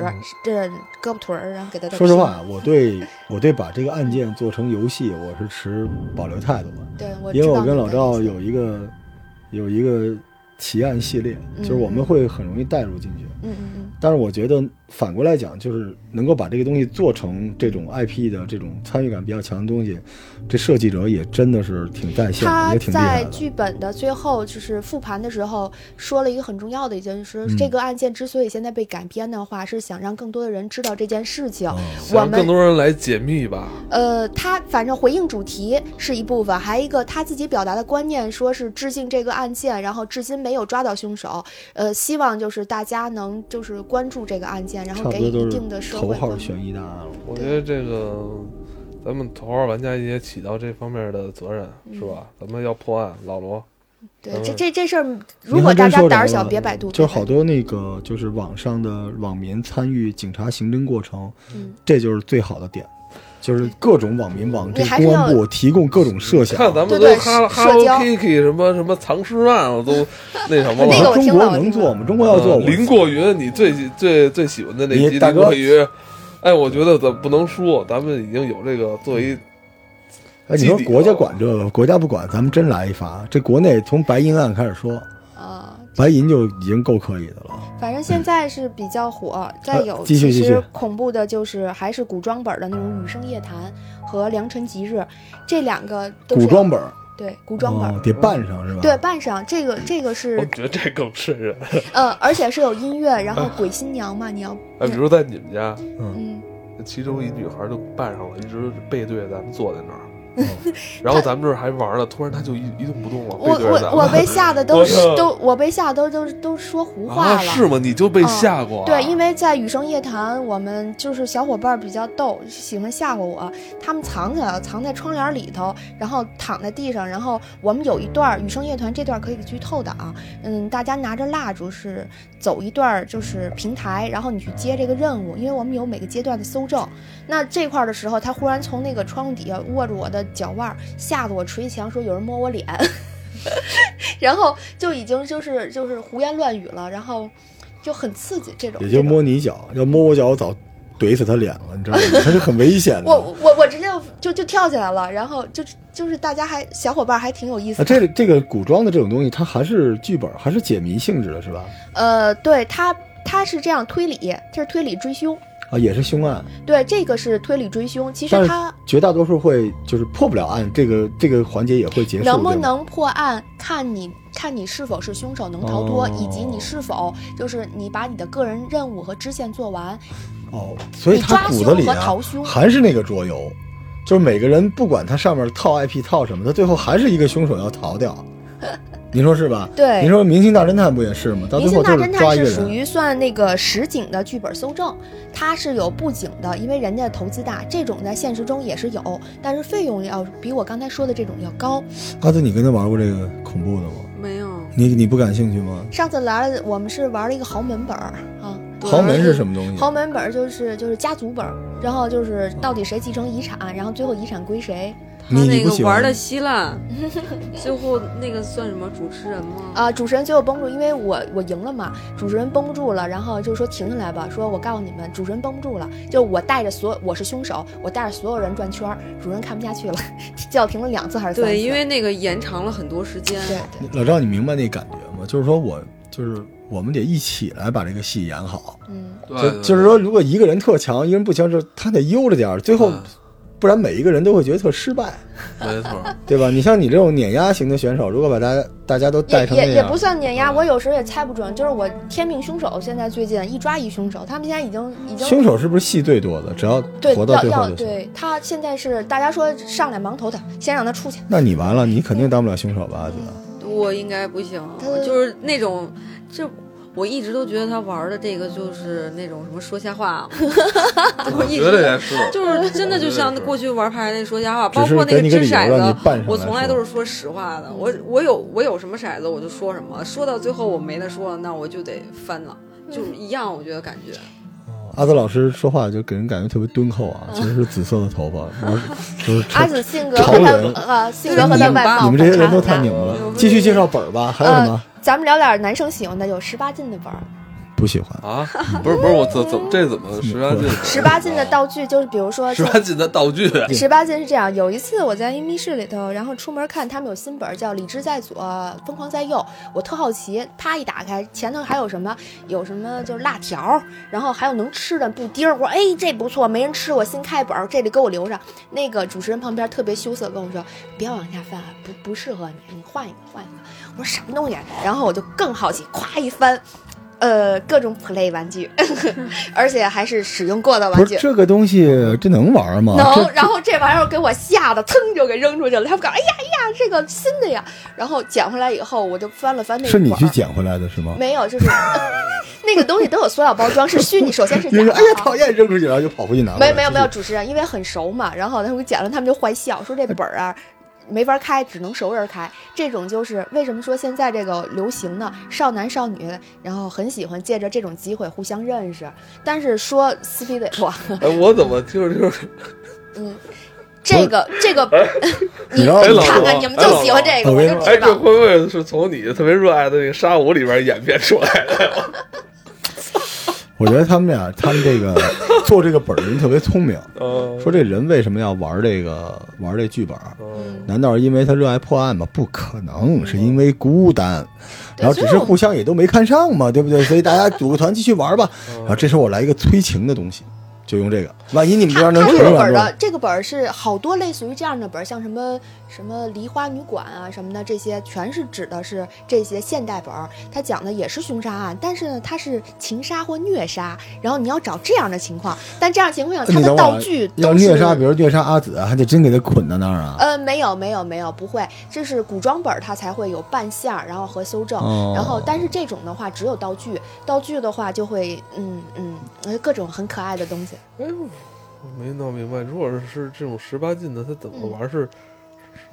Speaker 3: 这胳膊腿儿，然后给他。
Speaker 2: 嗯说实话，，啊我对我对把这个案件做成游戏，我是持保留态度的。
Speaker 3: 对，我
Speaker 2: 因为
Speaker 3: 知道
Speaker 2: 我跟
Speaker 3: 你
Speaker 2: 老
Speaker 3: 的意
Speaker 2: 赵
Speaker 3: 思
Speaker 2: 有一个有一个奇案系列，就是我们会很容易带入进去。
Speaker 3: 嗯嗯嗯，
Speaker 2: 但是我觉得反过来讲，就是能够把这个东西做成这种 IP 的这种参与感比较强的东西，这设计者也真的是挺在线的，
Speaker 3: 他
Speaker 2: 也挺厉害
Speaker 3: 在
Speaker 2: 的。嗯
Speaker 3: 剧本的最后就是复盘的时候说了一个很重要的一件事，
Speaker 2: 嗯
Speaker 3: 这个案件之所以现在被改编的话，是想让更多的人知道这件事情。
Speaker 2: 哦
Speaker 3: 我
Speaker 1: 想让
Speaker 3: 们
Speaker 1: 更多人来解密吧。
Speaker 3: 呃，他反正回应主题是一部分，还一个他自己表达的观念，说是致敬这个案件，然后至今没有抓到凶手。呃，希望就是大家能就是关注这个案件，然
Speaker 2: 差
Speaker 3: 后
Speaker 2: 不
Speaker 3: 给予
Speaker 2: 多
Speaker 3: 一
Speaker 2: 都
Speaker 3: 定的
Speaker 2: 是
Speaker 3: 社
Speaker 2: 头
Speaker 3: 会
Speaker 2: 号
Speaker 3: 关注
Speaker 2: 悬疑大案了。
Speaker 1: 我觉得这个咱们头号玩家也起到这方面的责任，
Speaker 3: 嗯
Speaker 1: 是吧？咱们要破案，老罗，
Speaker 3: 对，
Speaker 1: 嗯
Speaker 3: 这这这事儿，如
Speaker 2: 您
Speaker 3: 果
Speaker 2: 还
Speaker 3: 大
Speaker 2: 真
Speaker 3: 家
Speaker 2: 说
Speaker 3: 胆儿
Speaker 2: 着
Speaker 3: 小，
Speaker 2: 了
Speaker 3: 别百度。
Speaker 2: 就是
Speaker 3: 别百
Speaker 2: 好
Speaker 3: 度，
Speaker 2: 多那个就是网上的网民参与警察刑侦过程，
Speaker 3: 嗯
Speaker 2: 这就是最好的点，就是各种网民往这
Speaker 3: 你还是
Speaker 2: 公安
Speaker 3: 要
Speaker 2: 部提供各种设想。
Speaker 1: 看咱们都
Speaker 3: 对对
Speaker 1: 哈
Speaker 3: 社
Speaker 1: 哈喽
Speaker 3: 社交
Speaker 1: Kitty 什么什么藏尸案了，都那什么
Speaker 3: 那
Speaker 1: 了。
Speaker 3: 个我
Speaker 2: 中
Speaker 3: 听
Speaker 2: 国
Speaker 3: 了我
Speaker 2: 能
Speaker 3: 听
Speaker 2: 做
Speaker 3: 了
Speaker 2: 我们中国要做。
Speaker 1: 嗯林过云，你最最最喜欢的那
Speaker 2: 你
Speaker 1: 集
Speaker 2: 大
Speaker 1: 林
Speaker 2: 哥
Speaker 1: 过云，哎，我觉得咱不能说，咱们已经有这个作为
Speaker 2: 哎，你说国
Speaker 3: 啊
Speaker 2: 家管这个，国家不管，咱们真来一发。这国内从白银案开始说，
Speaker 3: 啊、
Speaker 2: 白银就已经够可以的了。
Speaker 3: 反正现在是比较火，再有
Speaker 2: 呃继续
Speaker 3: 其
Speaker 2: 继
Speaker 3: 实
Speaker 2: 续
Speaker 3: 恐怖的就是还是古装本儿的那种《雨声夜谈》和《良辰吉日》这两个都是
Speaker 2: 古装本儿，
Speaker 3: 对古装本儿。
Speaker 2: 哦，得扮上是吧？
Speaker 3: 对，，扮上这个这个
Speaker 1: 我
Speaker 3: 是
Speaker 1: 觉得这更瘆人。
Speaker 3: 呃，而且是有音乐，然后鬼新娘嘛，你要
Speaker 1: 哎，比如在你们家，
Speaker 3: 嗯，
Speaker 1: 其中一女孩就扮上了，一直背对着咱们坐在那儿，
Speaker 2: 哦
Speaker 1: 然后咱们这儿还玩呢，突然她就一一动不动了，
Speaker 3: 我
Speaker 1: 背对着
Speaker 3: 我
Speaker 1: 咱
Speaker 3: 我
Speaker 1: 们。
Speaker 3: 被吓得都
Speaker 1: 我操
Speaker 3: 都我被吓得都都都说胡话
Speaker 1: 啊，
Speaker 3: 了。嗯
Speaker 1: 是吗？你就被吓过啊？
Speaker 3: 对，因为在《雨声夜谈》，我们就是小伙伴儿比较逗，喜欢吓唬我。他们藏起来了，藏在窗帘里头，然后躺在地上。然后我们有一段儿《雨声夜谈》，这段儿可以剧透的啊。嗯，大家拿着蜡烛是走一段儿就是平台，然后你去接这个任务，因为我们有每个阶段的搜证。那这块儿的时候，他忽然从那个窗户底下握着我的脚腕儿，吓得我捶墙，说有人摸我脸。 然后就已经就是就是胡言乱语了，然后就很刺激这种。
Speaker 2: 也
Speaker 3: 这
Speaker 2: 就
Speaker 3: 种
Speaker 2: 摸你脚，要摸我脚，我早怼死他脸了，你知道 吗？他是很危险的。
Speaker 3: 我我我直接就就跳起来了，然后就就是大家还小伙伴还挺有意
Speaker 2: 啊，
Speaker 3: 思的。
Speaker 2: 这个这个古装的这种东西，它还是剧本，还是解谜性质的，是吧？
Speaker 3: 呃，对他他是这样推理，这是推理追凶，
Speaker 2: 啊，也是凶案，
Speaker 3: 对这个是推理追凶。其
Speaker 2: 但
Speaker 3: 实
Speaker 2: 是
Speaker 3: 他
Speaker 2: 绝大多数会就是破不了案，这个这个环节也会结束。
Speaker 3: 能不
Speaker 2: 对吗？
Speaker 3: 能破案，看你看你是否是凶手能逃脱，
Speaker 2: 哦
Speaker 3: 以及你是否就是你把你的个人任务和支线做完。
Speaker 2: 哦，所以
Speaker 3: 你
Speaker 2: 它
Speaker 3: 抓
Speaker 2: 骨
Speaker 3: 凶
Speaker 2: 子里
Speaker 3: 和
Speaker 2: 啊
Speaker 3: 逃凶
Speaker 2: 还是那个桌游，就是每个人不管他上面套 IP 套什么，他最后还是一个凶手要逃 掉，您说是吧？
Speaker 3: 对
Speaker 2: 您说《明星大侦探》不也是吗？到
Speaker 3: 明
Speaker 2: 最
Speaker 3: 星
Speaker 2: 后
Speaker 3: 大
Speaker 2: 就是
Speaker 3: 侦
Speaker 2: 抓
Speaker 3: 探
Speaker 2: 一个
Speaker 3: 是属
Speaker 2: 人。
Speaker 3: 于算那个实景的剧本搜证，它是有布景的，因为人家投资大，这种在现实中也是有，但是费用要比我刚才说的这种要高。
Speaker 2: 阿紫，你跟他玩过这个恐怖的吗？
Speaker 4: 没有。
Speaker 2: 你你不感兴趣吗？
Speaker 3: 上次来了，我们是玩了一个豪门本儿啊。
Speaker 2: 豪门是什么东西
Speaker 3: 豪？门本儿就是就是家族本儿，然后就是到底谁继承遗产，然后最后遗产归谁
Speaker 4: 他
Speaker 2: 你你
Speaker 4: 那
Speaker 2: 不
Speaker 4: 个
Speaker 2: 喜
Speaker 4: 玩
Speaker 2: 欢
Speaker 4: 的稀烂， 最后那个算什么主持人吗？
Speaker 3: 啊、主持人最后绷不住，因为我我赢了嘛，主持人绷不住了，然后就说停下来吧，说我告诉你们，主持人绷不住了，就我带着所我是凶手，我带着所有人转圈儿，主持人看不下去了， 叫停了两次还是三次？
Speaker 4: 对，因为那个延长了很多时间。
Speaker 3: 对对，
Speaker 2: 老赵，你明白那感觉吗？就是说我就是我们得一起来把这个戏演好。
Speaker 3: 嗯，
Speaker 2: 就就是说，如果一个人特强，一个人不强，就是他得悠着点儿，最后
Speaker 1: 嗯
Speaker 2: 不然每一个人都会觉得特失败。
Speaker 1: 没 错，
Speaker 2: 对吧？你像你这种碾压型的选手，如果把大家大家都带
Speaker 3: 也
Speaker 2: 成那
Speaker 3: 也也不
Speaker 2: 样，嗯
Speaker 3: 算碾压，我有时候也猜不准，就是我天命凶手现在最近一抓一凶手，他们现在已经已经
Speaker 2: 凶手是不是戏最多的？只要
Speaker 3: 对
Speaker 2: 活到
Speaker 3: 要
Speaker 2: 最后
Speaker 3: 要
Speaker 2: 就行。
Speaker 3: 对他现在是大家说上来盲投他，先让 他出去。
Speaker 2: 那你完了，你肯定当不了凶手吧？阿紫，
Speaker 3: 嗯
Speaker 4: 我应该不行
Speaker 3: 他，
Speaker 4: 就是那种，就我一直都觉得他玩的这个就是那种什么说瞎 话，我一
Speaker 1: 绝对也
Speaker 4: 直
Speaker 1: 是。
Speaker 4: 就是真的就像
Speaker 1: 我觉得是
Speaker 4: 过去玩牌那说瞎话，包
Speaker 2: 只是
Speaker 4: 括那
Speaker 2: 给你个
Speaker 4: 掷
Speaker 2: 理由
Speaker 4: 骰
Speaker 2: 让你扮
Speaker 4: 子
Speaker 2: 上，
Speaker 4: 我
Speaker 2: 来
Speaker 4: 从来
Speaker 2: 说
Speaker 4: 都是说实话的。我我有我有什么骰子我就说什么，说到最后我没得说了，那我就得翻了，就一样，我觉得感觉。
Speaker 2: 阿泽老师说话就给人感觉特别敦厚 啊，其实是紫色的头发，不是就是
Speaker 3: 阿
Speaker 2: 穿
Speaker 3: 紫性格和
Speaker 2: 潮人
Speaker 3: 他呃性格和他外貌
Speaker 2: 你们这些人都太拧
Speaker 3: 拧
Speaker 2: 巴了
Speaker 4: 嗯。
Speaker 2: 继续介绍本儿吧，还有什么
Speaker 3: 呃？咱们聊点男生喜欢的，有十八禁的本儿，
Speaker 2: 不喜欢？
Speaker 1: 啊，不是不是，我怎怎么这怎么十八禁？
Speaker 3: 十八禁的道具就是比如说
Speaker 1: 十八禁的道 具，
Speaker 3: 十八禁是这样，有一次我在一密室里头，然后出门看他们有新本儿叫《理智在左，疯狂在右》，我特好奇，啪一打开，前头还有什么？有什么就是辣条儿，然后还有能吃的布丁儿。我说哎，这不错，没人吃，我新开本儿，这里给我留着。那个主持人旁边特别羞涩跟我说：“别往下翻啊，不不适合你，你换一个，换一个。”我说什么东西？啊然后我就更好奇，咵一翻。呃，各种 play 玩具， 而且还是使用过的玩
Speaker 2: 不
Speaker 3: 具
Speaker 2: 是。这个东西，这能玩吗？啊这
Speaker 3: 能，然后这玩意儿给我吓得，腾就给扔出去了。他们讲，哎呀哎呀，这个新的呀。然后捡回来以后，我就翻了翻那个
Speaker 2: 是你去
Speaker 3: 本儿
Speaker 2: 捡回来的是吗？
Speaker 3: 没有，就是 那个东西都有塑料包装，是虚拟，首先是
Speaker 2: 你
Speaker 3: 假
Speaker 2: 说
Speaker 3: 的
Speaker 2: 哎呀
Speaker 3: 啊
Speaker 2: 讨厌，扔出去然后就跑回去拿回来。
Speaker 3: 没没有没有，
Speaker 2: 就是，
Speaker 3: 主持人因为很熟嘛，然后他们捡了，他们就坏笑，说这本儿啊。没法开，只能熟人开。这种就是为什么说现在这个流行呢？少男少女，然后很喜欢借着这种机会互相认识。但是说撕逼的，哇，
Speaker 1: 哎，我怎么听着听着，
Speaker 3: 嗯，这个这个，
Speaker 2: 你
Speaker 3: 你
Speaker 2: 让
Speaker 3: 你
Speaker 1: 老
Speaker 3: 看
Speaker 1: 罗
Speaker 3: 看，你们
Speaker 1: 哎老
Speaker 3: 就喜
Speaker 1: 罗
Speaker 3: 欢这个，
Speaker 2: 我
Speaker 3: 我
Speaker 2: 跟
Speaker 3: 就
Speaker 2: 你
Speaker 1: 哎，
Speaker 3: 知
Speaker 1: 这
Speaker 3: 道
Speaker 1: 会。不会是从你特别热爱的那个沙舞里边演变出来的？
Speaker 2: 我觉得他们俩，他们这个 做这个本儿的人特别聪明。
Speaker 1: 嗯，
Speaker 2: 说这人为什么要玩这个玩这剧本儿？
Speaker 1: 嗯，
Speaker 2: 难道是因为他热爱破案吗？不可能，是因为孤单，
Speaker 3: 对
Speaker 2: 然后只是互相也都没看上嘛，对不对？所以大家组个团继续玩吧。
Speaker 3: 嗯
Speaker 2: 然后这时候我来一个催情的东西，就用这个。万一你们这
Speaker 3: 他
Speaker 2: 样能
Speaker 3: 他这
Speaker 2: 全
Speaker 3: 个本
Speaker 2: 玩
Speaker 3: 儿的
Speaker 2: 中，
Speaker 3: 这个本儿是好多类似于这样的本儿，像什么什么梨花女馆啊什么的，这些全是指的是这些现代本儿。它讲的也是凶杀案，但是呢，它是情杀或虐杀，然后你要找这样的情况。但这样情况下，它
Speaker 2: 你
Speaker 3: 的
Speaker 2: 等会
Speaker 3: 道
Speaker 2: 儿
Speaker 3: 具
Speaker 2: 要
Speaker 3: 都是
Speaker 2: 虐杀，比如虐杀阿紫啊，还得真给他捆到那儿啊。
Speaker 3: 呃，没有，没有，没有，不会，这是古装本儿，它才会有扮相，然后和修正，
Speaker 2: 哦
Speaker 3: 嗯然后但是这种的话只有道具，道具的话就会，嗯嗯，呃各种很可爱的东西。
Speaker 1: 哎呦，我没闹明白，如果是这种十八禁的，他怎么玩是？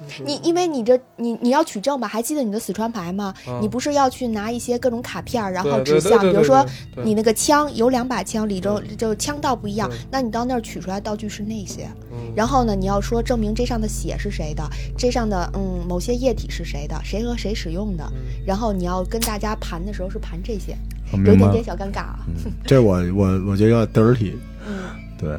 Speaker 1: 是
Speaker 3: 嗯你因为你这你你要取证吧？还记得你的死川牌吗？
Speaker 1: 嗯
Speaker 3: 你不是要去拿一些各种卡片儿，然后
Speaker 1: 对对
Speaker 3: 指
Speaker 1: 对
Speaker 3: 向，
Speaker 1: 对
Speaker 3: 比如
Speaker 1: 对
Speaker 3: 说
Speaker 1: 对嗯
Speaker 3: 你那个枪有两把枪，里头就枪道不一样
Speaker 1: 对，
Speaker 3: 那你到那儿取出来道具是那些。
Speaker 1: 嗯
Speaker 3: 然后呢，你要说证明这上的血是谁的，这上的嗯某些液体是谁的，谁和谁使用的，
Speaker 1: 嗯
Speaker 3: 然后你要跟大家盘的时候是盘这些，
Speaker 2: 我
Speaker 3: 有一
Speaker 2: 哦明白
Speaker 3: 点
Speaker 2: 了
Speaker 3: 点，小尴尬啊。
Speaker 2: 嗯这我我我觉得要 dirty，
Speaker 3: 嗯，
Speaker 2: 对。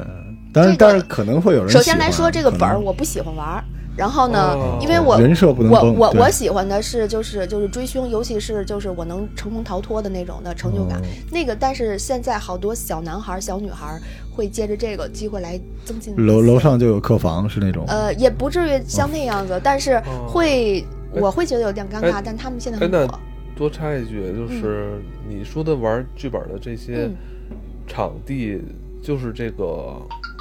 Speaker 2: 但是
Speaker 3: 这个
Speaker 2: 但是可能会有人喜
Speaker 3: 首
Speaker 2: 欢。
Speaker 3: 先来说这个本
Speaker 2: 可
Speaker 3: 儿
Speaker 2: 能
Speaker 3: 我不喜欢玩儿，然后呢
Speaker 1: 哦，
Speaker 3: 因为我
Speaker 2: 人设不能
Speaker 3: 我
Speaker 2: 崩
Speaker 3: 我
Speaker 2: 对
Speaker 3: 我喜欢的是就是就是追凶，尤其是就是我能成功逃脱的那种的成就感
Speaker 2: 哦。
Speaker 3: 那个，但是现在好多小男孩儿、小女孩儿会借着这个机会来增进自己
Speaker 2: 楼楼。上就有客房是那种。
Speaker 3: 呃，也不至于像那样子，但是
Speaker 1: 哦
Speaker 3: 会
Speaker 1: 哎
Speaker 3: 我会觉得有点尴尬
Speaker 1: 哎，
Speaker 3: 但他们现在
Speaker 1: 哎，
Speaker 3: 很
Speaker 1: 那
Speaker 3: 火。
Speaker 1: 多插一句，就是你说的玩剧本的这些
Speaker 3: 嗯
Speaker 1: 场地，就是这个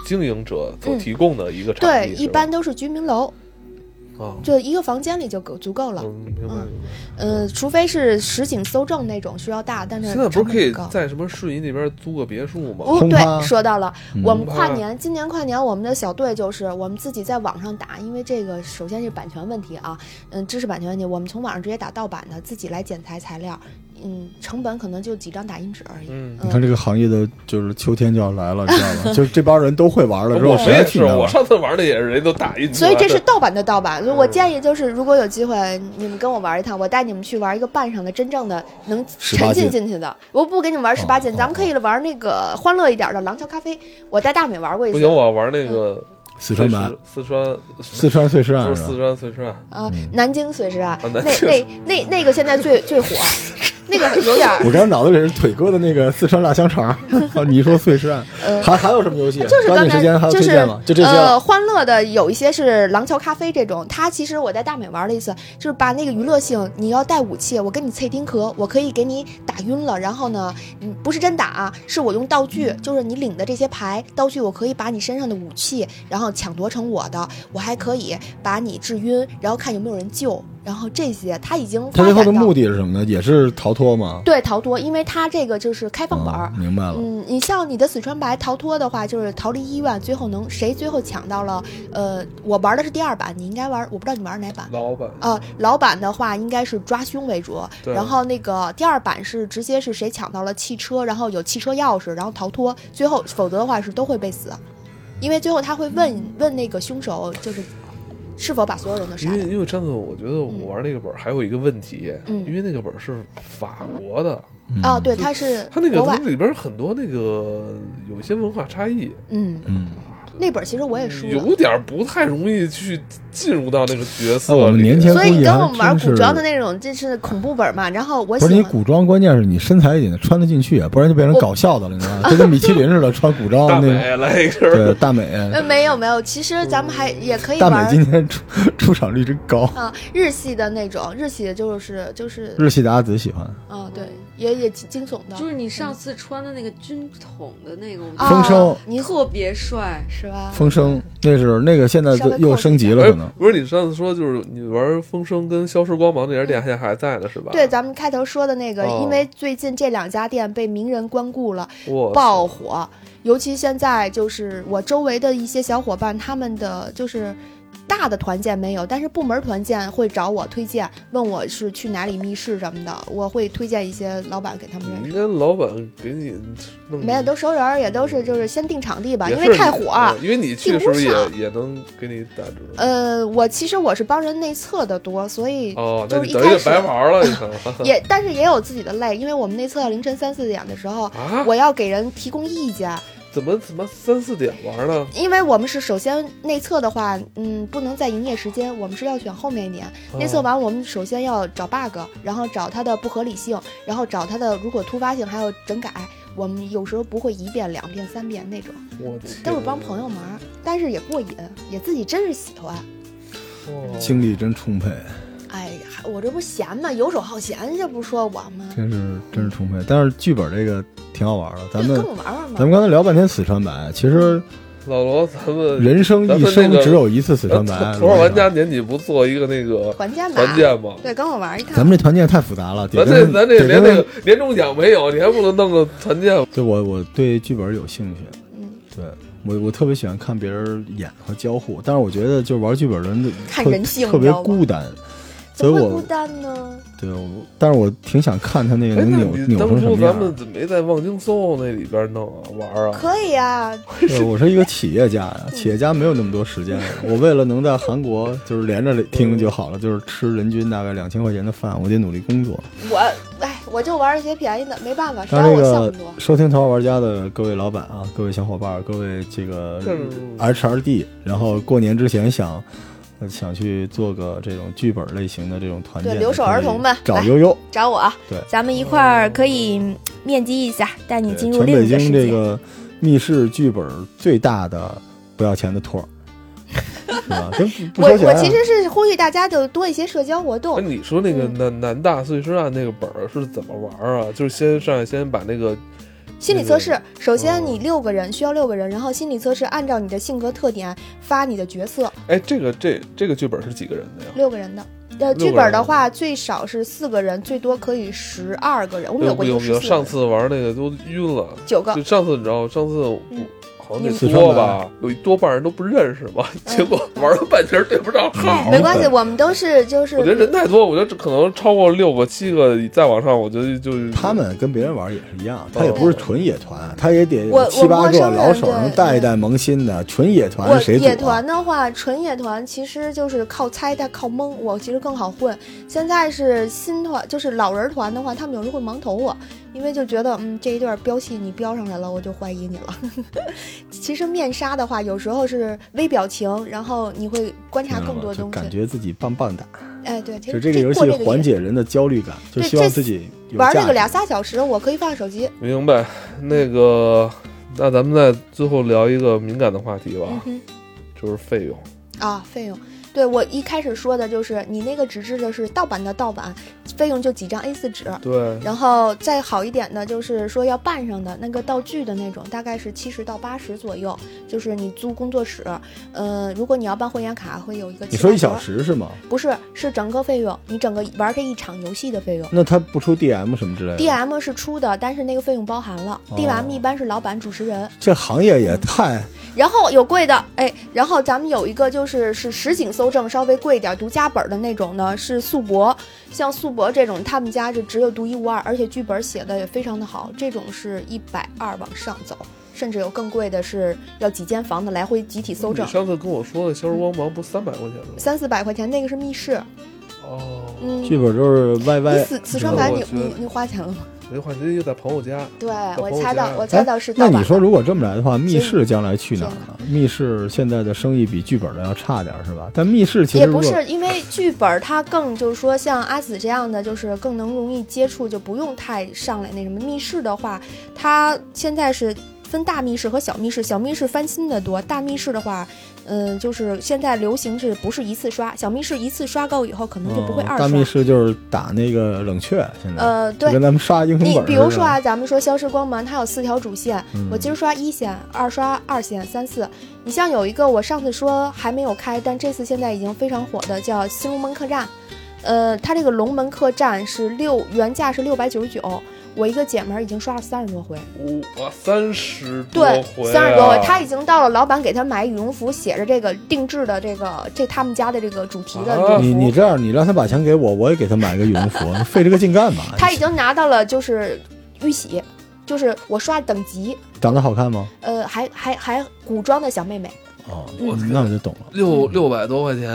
Speaker 1: 经营者所提供的一个场
Speaker 3: 嗯对，
Speaker 1: 地，
Speaker 3: 一
Speaker 1: 是吧
Speaker 3: 般都是居民楼，
Speaker 1: 啊，
Speaker 3: 就一个房间里就够足够了。
Speaker 1: 嗯，明白明
Speaker 3: 嗯
Speaker 1: 白。
Speaker 3: 呃，除非是实景搜证那种需要大，但是
Speaker 1: 现在不是
Speaker 3: 成
Speaker 1: 可
Speaker 3: 本
Speaker 1: 以
Speaker 3: 很高
Speaker 1: 在什么顺义那边租个别墅吗？
Speaker 3: 哦，
Speaker 2: 轰趴
Speaker 3: 对，说到了，
Speaker 2: 嗯
Speaker 3: 我们
Speaker 1: 轰趴
Speaker 3: 跨年，今年跨年我们的小队就是我们自己在网上打，因为这个首先是版权问题啊，嗯，知识版权问题，我们从网上直接打盗版的，自己来剪裁材料，嗯，成本可能就几张打印纸而已。
Speaker 1: 嗯，
Speaker 2: 你看这个行业的，就是秋天就要来 了，你知道吗？就是这帮人都会玩了之后，
Speaker 1: 我
Speaker 2: 谁还
Speaker 1: 也
Speaker 2: 去
Speaker 1: 是，
Speaker 2: 你那玩
Speaker 1: 我？上次玩的也是人都打印出
Speaker 3: 所
Speaker 1: 来
Speaker 3: 以
Speaker 1: 的，
Speaker 3: 这是盗版的盗版，所以我建议就是，如果有机会，你们跟我玩一趟，我带你们去玩一个半上的真正的能沉
Speaker 2: 18禁
Speaker 3: 浸进去的。我不给你们玩十八禁，
Speaker 2: 哦
Speaker 3: 咱们可以玩那个欢乐一点的《廊桥咖啡》，我带大美玩过一
Speaker 1: 不
Speaker 3: 次
Speaker 1: 行，。我玩那个
Speaker 2: 四川版、
Speaker 1: 四川
Speaker 2: 嗯四川碎尸
Speaker 1: 不
Speaker 2: 案
Speaker 1: 是
Speaker 2: 是吧
Speaker 1: 四？川四川，
Speaker 3: 啊，
Speaker 2: 嗯
Speaker 3: 南京碎尸案
Speaker 1: 啊，
Speaker 3: 那
Speaker 1: 南京
Speaker 3: 那那那个现在最 最火，那个有点儿
Speaker 2: 我刚才脑子里是腿哥的那个四川辣香肠。 啊，你说碎尸案，
Speaker 3: 呃。
Speaker 2: 还还有什么游戏？
Speaker 3: 就是
Speaker 2: 抓
Speaker 3: 刚
Speaker 2: 紧时
Speaker 3: 才
Speaker 2: 间还有
Speaker 3: 就
Speaker 2: 推
Speaker 3: 是
Speaker 2: 荐吗？就这些
Speaker 3: 呃，
Speaker 2: 了。
Speaker 3: 欢乐的有一些是廊桥咖啡这种，它其实我在大美玩了一次，就是把那个娱乐性，你要带武器，我跟你脆丁壳，我可以给你打晕了，然后呢，嗯，不是真打、啊，是我用道具，就是你领的这些牌道具，我可以把你身上的武器，然后抢夺成我的，我还可以把你治晕，然后看有没有人救，然后这些他已经
Speaker 2: 他
Speaker 3: 发
Speaker 2: 最
Speaker 3: 展
Speaker 2: 后的
Speaker 3: 到
Speaker 2: 目的是什么呢？也是逃脱吗？
Speaker 3: 对逃脱，因为他这个就是开放本儿
Speaker 2: 哦，明白了。
Speaker 3: 嗯，你像你的死川白逃脱的话，就是逃离医院，最后能谁最后抢到了？呃，我玩的是第二版，你应该玩，我不知道你玩哪版。
Speaker 1: 老板
Speaker 3: 呃，老版的话应该是抓凶为主，
Speaker 1: 对
Speaker 3: 然后那个第二版是直接是谁抢到了汽车，然后有汽车钥匙，然后逃脱，最后否则的话是都会被死，因为最后他会问问那个凶手就是是否把所有人都杀
Speaker 1: 因为
Speaker 3: 了。
Speaker 1: 因为张总，我觉得我玩那个本儿还有一个问题，
Speaker 3: 嗯
Speaker 1: 因为那个本儿是法国的，
Speaker 2: 嗯
Speaker 3: 啊，对，他是
Speaker 1: 它那个
Speaker 3: 国外
Speaker 1: 它，里边儿很多那个有一些文化差异，
Speaker 3: 嗯，
Speaker 2: 嗯，
Speaker 3: 那本其实我也输了。
Speaker 1: 有点儿不太容易去进入到那个角色
Speaker 2: 那
Speaker 1: 里。
Speaker 2: 啊我们年轻
Speaker 3: 所以你跟我们玩
Speaker 2: 真是
Speaker 3: 古装的那种，这是恐怖本嘛？然后我
Speaker 2: 不
Speaker 3: 喜
Speaker 2: 是
Speaker 3: 欢
Speaker 2: 你古装，关键是你身材也得穿得进去啊，不然就变成搞笑的了，你知道吗？ 就跟米其林似的，穿古装
Speaker 1: 大
Speaker 2: 那种。
Speaker 1: 美来一根
Speaker 2: 对，大美，
Speaker 3: 呃，没有没有，其实咱们还也可以
Speaker 2: 嗯大
Speaker 3: 玩
Speaker 2: 美
Speaker 3: 儿，
Speaker 2: 今天出出场率真高，
Speaker 3: 嗯、日系的那种，日系的就是就是，
Speaker 2: 日系的阿紫喜欢。
Speaker 3: 嗯、对，也也惊惊悚的，
Speaker 4: 就是你上次穿的那个军统的那个，我觉
Speaker 3: 啊
Speaker 4: 得
Speaker 2: 风声
Speaker 3: 你
Speaker 4: 特别帅。
Speaker 3: 是吧？
Speaker 2: 风声那是那个现在
Speaker 3: 稍微
Speaker 2: 又
Speaker 3: 靠近
Speaker 2: 升级了，
Speaker 1: 哎
Speaker 2: 可能，
Speaker 1: 不是你上次说就是你玩《风声》跟《消失光芒》那家店现在还在呢，是吧？
Speaker 3: 对，，咱们开头说的那个，
Speaker 1: 哦
Speaker 3: 因为最近这两家店被名人光顾了，
Speaker 1: 哇
Speaker 3: 爆火。尤其现在就是我周围的一些小伙伴，他们的就是大的团建没有，但是部门团建会找我推荐，问我是去哪里密室什么的，我会推荐一些老板给他们认
Speaker 1: 你
Speaker 3: 识。
Speaker 1: 应该老板给你弄
Speaker 3: 没有，都熟人儿，也都是就是先定场地吧，
Speaker 1: 嗯也
Speaker 3: 因
Speaker 1: 是
Speaker 3: 为太
Speaker 1: 你
Speaker 3: 火啊儿。
Speaker 1: 嗯因为你去的时
Speaker 3: 订不
Speaker 1: 候
Speaker 3: 上
Speaker 1: 也也能给你打折。
Speaker 3: 呃，我其实我是帮人内测的多，所以
Speaker 1: 哦，那
Speaker 3: 就是
Speaker 1: 你
Speaker 3: 一
Speaker 1: 等于
Speaker 3: 开
Speaker 1: 就
Speaker 3: 始
Speaker 1: 白玩了，你看
Speaker 3: 也，但是也有自己的累，因为我们内测凌晨三四点的时候，
Speaker 1: 啊？
Speaker 3: 我要给人提供意见，
Speaker 1: 怎么怎么三四点玩呢？
Speaker 3: 因为我们是首先内测的话，嗯，不能在营业时间，我们是要选后面一年。
Speaker 2: 嗯
Speaker 3: 内测完，我们首先要找 bug，然后找它的不合理性，然后找它的如果突发性还有整改。我们有时候不会一遍、两遍、三遍那种，
Speaker 1: 我
Speaker 3: 都是帮朋友忙，但是也过瘾，也自己真是喜欢。
Speaker 1: 友
Speaker 2: 精力真充沛，
Speaker 3: 哎呀，我这不闲吗？游手好闲，这不说我吗？
Speaker 2: 真是真是充沛。但是剧本这个挺好玩的，咱们
Speaker 3: 对跟我玩玩
Speaker 2: 咱们
Speaker 3: 嘛。
Speaker 2: 刚才聊半天死川白，其实
Speaker 1: 老罗，咱们
Speaker 2: 人生一生只有一次死川白。
Speaker 1: 呃头头号玩家年底不做一个那个
Speaker 3: 团建吧，
Speaker 1: 团建吗？
Speaker 3: 对，跟我玩一趟。
Speaker 2: 咱们这团建太复杂了，得
Speaker 1: 咱
Speaker 2: 跟
Speaker 1: 这咱这
Speaker 2: 得
Speaker 1: 连
Speaker 2: 跟
Speaker 1: 那个年终奖没有，你还不能弄个团建吗？
Speaker 2: 就我我对剧本有兴趣，
Speaker 3: 嗯，
Speaker 2: 对我我特别喜欢看别人演和交互，但是我觉得就玩剧本的人特
Speaker 3: 看人性
Speaker 2: 特别
Speaker 3: 你知道吗
Speaker 2: 孤单，
Speaker 3: 怎
Speaker 2: 所以
Speaker 3: 么会孤
Speaker 2: 我
Speaker 3: 单呢？
Speaker 2: 对我，但是我挺想看他那个
Speaker 1: 哎，
Speaker 2: 能
Speaker 1: 那
Speaker 2: 扭
Speaker 1: 你
Speaker 2: 扭
Speaker 1: 当
Speaker 2: 成什
Speaker 1: 初
Speaker 2: 么
Speaker 1: 咱
Speaker 2: 样
Speaker 1: 们
Speaker 2: 儿。啊
Speaker 1: 怎么没在望京 SOHO 那里边弄啊玩啊？
Speaker 3: 可以啊，
Speaker 2: 对我是一个企业家呀，企业家没有那么多时间，我为了能在韩国就是连着听就好了，就是吃人均大概两千块钱的饭，我得努力工作。
Speaker 3: 我哎，我就玩一些便宜的，没办法，谁
Speaker 2: 当
Speaker 3: 让
Speaker 2: 然，这
Speaker 3: 我项目
Speaker 2: 个
Speaker 3: 多？
Speaker 2: 收听《头号玩家》的各位老板啊，各位小伙伴儿，各位这个
Speaker 1: 各种
Speaker 2: HRD，然后过年之前想呃想去做个这种剧本类型的这种团建，
Speaker 3: 对留守儿童们
Speaker 2: 可以找
Speaker 3: 来
Speaker 2: 悠悠。
Speaker 3: 找我啊，
Speaker 2: 对
Speaker 3: 咱们一块儿可以面基一下，带你进入
Speaker 2: 呃全
Speaker 3: 另
Speaker 2: 北
Speaker 3: 一个
Speaker 2: 京
Speaker 3: 世
Speaker 2: 这
Speaker 3: 界。
Speaker 2: 个密室剧本最大的不要钱的 托儿，是吧？真不不
Speaker 3: 我
Speaker 2: 收钱、啊
Speaker 3: 我其实是呼吁大家就多一些社交活
Speaker 1: 哎，
Speaker 3: 动，
Speaker 1: 你说那个
Speaker 3: 嗯
Speaker 1: 南南大碎尸案那个本儿是怎么玩啊？就是先上来先把那个
Speaker 3: 心理测试
Speaker 1: 嗯。
Speaker 3: 首
Speaker 2: 哦
Speaker 3: 先你六个人需要六个人，然后心理测试按照你的性格特点发你的角色，
Speaker 1: 哎，这个这这个剧本是几个人的呀？
Speaker 3: 六个人的。
Speaker 1: 六个
Speaker 3: 呃，
Speaker 1: 人
Speaker 3: 剧本的话最少是四个人，最多可以十二个人。我们有
Speaker 1: 有
Speaker 3: 过
Speaker 1: 有
Speaker 3: 就
Speaker 1: 有，
Speaker 3: 是
Speaker 1: 上次玩那个都晕了。
Speaker 3: 九个
Speaker 2: 哦
Speaker 1: 就，上次你知道，上次我
Speaker 3: 嗯
Speaker 1: 好像
Speaker 3: 你
Speaker 1: 得多吧，
Speaker 2: 嗯
Speaker 1: 有一多半人都不认识嘛，
Speaker 3: 嗯
Speaker 1: 结果玩了半天对不上号。
Speaker 2: 嗯
Speaker 3: 没关系，我们都是就是
Speaker 1: 我觉得人太多，我觉得这可能超过六个、七个，再往上，我觉得就
Speaker 2: 他们跟别人玩也是一样，他也不是纯野团，他也得
Speaker 3: 哦我
Speaker 2: 七八
Speaker 3: 我陌
Speaker 2: 个
Speaker 3: 生人
Speaker 2: 老手
Speaker 3: 对
Speaker 2: 能带一带萌新的，纯野
Speaker 3: 我
Speaker 2: 团谁组、啊？
Speaker 3: 野团的话，纯野团其实就是靠猜，但靠蒙。我其实更好混。现在是新团，就是老人团的话，他们有时候会盲投我，因为就觉得嗯这一段标记你标上来了，我就怀疑你了。 其实面纱的话，有时候是微表情，然后你会观察更多
Speaker 2: 啊就
Speaker 3: 东
Speaker 2: 感
Speaker 3: 西。
Speaker 2: 觉自己棒棒的，
Speaker 3: 哎，对，其
Speaker 2: 就
Speaker 3: 实
Speaker 2: 这个游
Speaker 3: 过
Speaker 2: 戏
Speaker 3: 这个
Speaker 2: 缓
Speaker 3: 瘾
Speaker 2: 解人的焦虑感，就
Speaker 3: 对
Speaker 2: 希望
Speaker 3: 这
Speaker 2: 自己有
Speaker 3: 玩这
Speaker 2: 价
Speaker 3: 个
Speaker 2: 值
Speaker 3: 俩仨小时，我可以放手机。
Speaker 1: 明白。那个，那咱们再最后聊一个敏感的话题吧，
Speaker 3: 嗯哼。
Speaker 1: 就是费用。
Speaker 3: 啊，费用，对我一开始说的就是你那个纸质的是盗版的盗版，费用就几张 A4 纸，
Speaker 1: 对，
Speaker 3: 然后再好一点的，就是说要办上的那个道具的那种，大概是七十到八十左右。就是你租工作室，呃，如果你要办会员卡，会有一个。
Speaker 2: 你说一小？时是吗？
Speaker 3: 不是，是整个费用，你整个玩这一场游戏的费用。
Speaker 2: 那他不出 DM 什么之类的
Speaker 3: DM 是出的，但是那个费用包含了。
Speaker 2: 哦
Speaker 3: DM 一般是老板、主持人，
Speaker 2: 这行业也太……
Speaker 3: 然后有贵的，哎，然后咱们有一个就是是实景搜证稍微贵一点，独家本儿的那种呢是素博，像素博这种他们家就只有独一无二，而且剧本写的也非常的好，这种是一百二往上走，甚至有更贵的是要几间房的来回集体搜
Speaker 1: 嗯你
Speaker 3: 证，
Speaker 1: 上次跟我说的《消失光芒》不三百块钱的吗？
Speaker 3: 三四百块钱那个是密室，
Speaker 1: 哦，
Speaker 3: 嗯，
Speaker 2: 剧本都是 YY。
Speaker 3: 你死死
Speaker 2: 知道吗
Speaker 3: 穿白
Speaker 1: 我
Speaker 3: 你
Speaker 1: 觉得
Speaker 3: 你你花钱了吗？
Speaker 1: 没话题就在朋友家，
Speaker 3: 对
Speaker 1: 朋
Speaker 3: 我
Speaker 1: 友
Speaker 3: 猜到
Speaker 1: 家
Speaker 3: 我猜到是盗
Speaker 2: 哎那
Speaker 3: 版的、嗯
Speaker 2: 你说，如果这么来的话，密
Speaker 3: 以
Speaker 2: 室将来去哪儿呢？密室现在的生意比剧本的要差点儿是吧？但密室其实
Speaker 3: 也
Speaker 2: 如
Speaker 3: 不
Speaker 2: 果
Speaker 3: 是，因为剧本儿它更就是说，像阿紫这样的，就是更能容易接触，就不用太上来那什么。密室的话，它现在是分大密室和小密室，小密室翻新的多，大密室的话，嗯，就是现在流行是不是一次刷？小密室一次刷够以后，可能就不会
Speaker 2: 嗯
Speaker 3: 二刷。
Speaker 2: 大密室就是打那个冷却，现在、
Speaker 3: 呃，
Speaker 2: 就
Speaker 3: 对，
Speaker 2: 跟咱们刷英雄本
Speaker 3: 你
Speaker 2: 儿似的。
Speaker 3: 比如说啊，咱们说《消失光芒》，它有四条主线，
Speaker 2: 嗯
Speaker 3: 我今儿刷一线，二刷二线，三四。你像有一个我上次说还没有开，但这次现在已经非常火的，叫《新龙门客栈》。呃，它这个龙门客栈是六原价是六百九十九，我一个姐们儿已经刷了三十多回，
Speaker 1: 我哇，三十多
Speaker 3: 对
Speaker 1: 回、，啊，
Speaker 3: 三十多回，她已经到了老板给她买羽绒服，写着这个定制的这个这他们家的这个主题的羽绒
Speaker 1: 啊
Speaker 3: 服。
Speaker 2: 哦你你这样，你让他把钱给我，我也给他买个羽绒服，你费这个劲干嘛？
Speaker 3: 她已经拿到了就是预洗，就是我刷等级，
Speaker 2: 长得好看吗？
Speaker 3: 呃，还还还古装的小妹妹。
Speaker 2: 哦，
Speaker 1: 我
Speaker 2: 嗯那我就懂了。
Speaker 1: 六六百多块钱，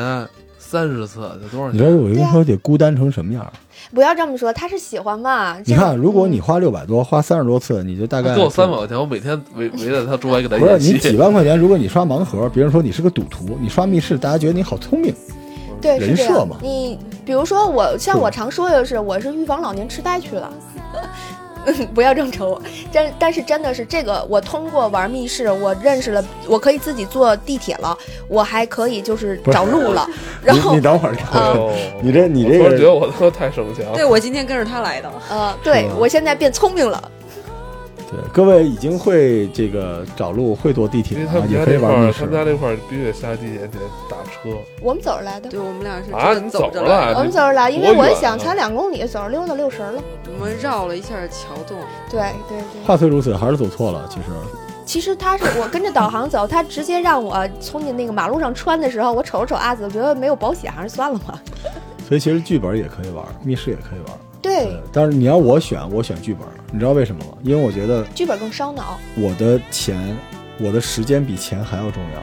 Speaker 1: 三十次得多少
Speaker 2: 你
Speaker 1: 钱？
Speaker 2: 知道我
Speaker 3: 啊
Speaker 2: 跟你说得孤单成什么样儿？
Speaker 3: 不要这么说，他是喜欢吧？
Speaker 2: 你看，如果你
Speaker 3: 嗯
Speaker 2: 花六百多，花三十多次，你就大概
Speaker 1: 给我三百块钱，我每天 围围在他周围给他
Speaker 2: 不是
Speaker 1: 演
Speaker 2: 你几
Speaker 1: 戏。
Speaker 2: 万块钱，如果你刷盲盒，别人说你是个赌徒；你刷密室，大家觉得你好聪明。
Speaker 3: 嗯对是
Speaker 2: 人
Speaker 3: 这
Speaker 2: 设
Speaker 3: 样
Speaker 2: 嘛
Speaker 3: 你比如说我，像
Speaker 2: 是
Speaker 3: 我常说的是，我是预防老年痴呆去了。 不要正愁，但但是真的是这个，我通过玩密室，我认识了，我可以自己坐地铁了，我还可以就是
Speaker 2: 是
Speaker 3: 找路了， 然后
Speaker 2: 你你等会儿，
Speaker 3: 啊
Speaker 2: 你这你这
Speaker 1: 哦我突然觉得
Speaker 2: 个
Speaker 1: 我他妈太省钱了
Speaker 4: 对，。我今天跟着他来的。
Speaker 3: 呃，对
Speaker 2: 是吧
Speaker 3: 我现在变聪明了，
Speaker 2: 对各位已经会这个找路，会坐地
Speaker 1: 因
Speaker 2: 铁
Speaker 1: 为他
Speaker 2: 了，
Speaker 1: 们
Speaker 2: 啊也
Speaker 1: 家
Speaker 2: 可以
Speaker 1: 这块
Speaker 2: 玩密
Speaker 1: 儿，
Speaker 2: 室
Speaker 1: 他。们家这块儿必须得下地铁，得打车。
Speaker 3: 我们走着来的，
Speaker 4: 对我们俩是
Speaker 1: 啊
Speaker 4: 真
Speaker 1: 你
Speaker 4: 的
Speaker 1: 走
Speaker 4: 着
Speaker 1: 着
Speaker 4: 来
Speaker 1: 来
Speaker 4: 的，
Speaker 3: 我们走着来，因为
Speaker 1: 多
Speaker 3: 我
Speaker 1: 远
Speaker 3: 一
Speaker 1: 啊
Speaker 3: 想才两公里，走着溜达六十了，
Speaker 4: 我们绕了一下桥洞。
Speaker 3: 对对对。
Speaker 2: 话虽如此，还是走错了。其实
Speaker 3: 其实他是我跟着导航走，他直接让我从你那个马路上穿的时候，我瞅了瞅阿紫，我觉得没有保险还是算了吧。
Speaker 2: 所以其实剧本也可以玩，密室也可以玩。
Speaker 3: 对，
Speaker 2: 呃但是你要我选，我选剧本。你知道为什么吗？因为我觉得
Speaker 3: 剧本更烧脑，
Speaker 2: 我的钱，我的时间比钱还要重要。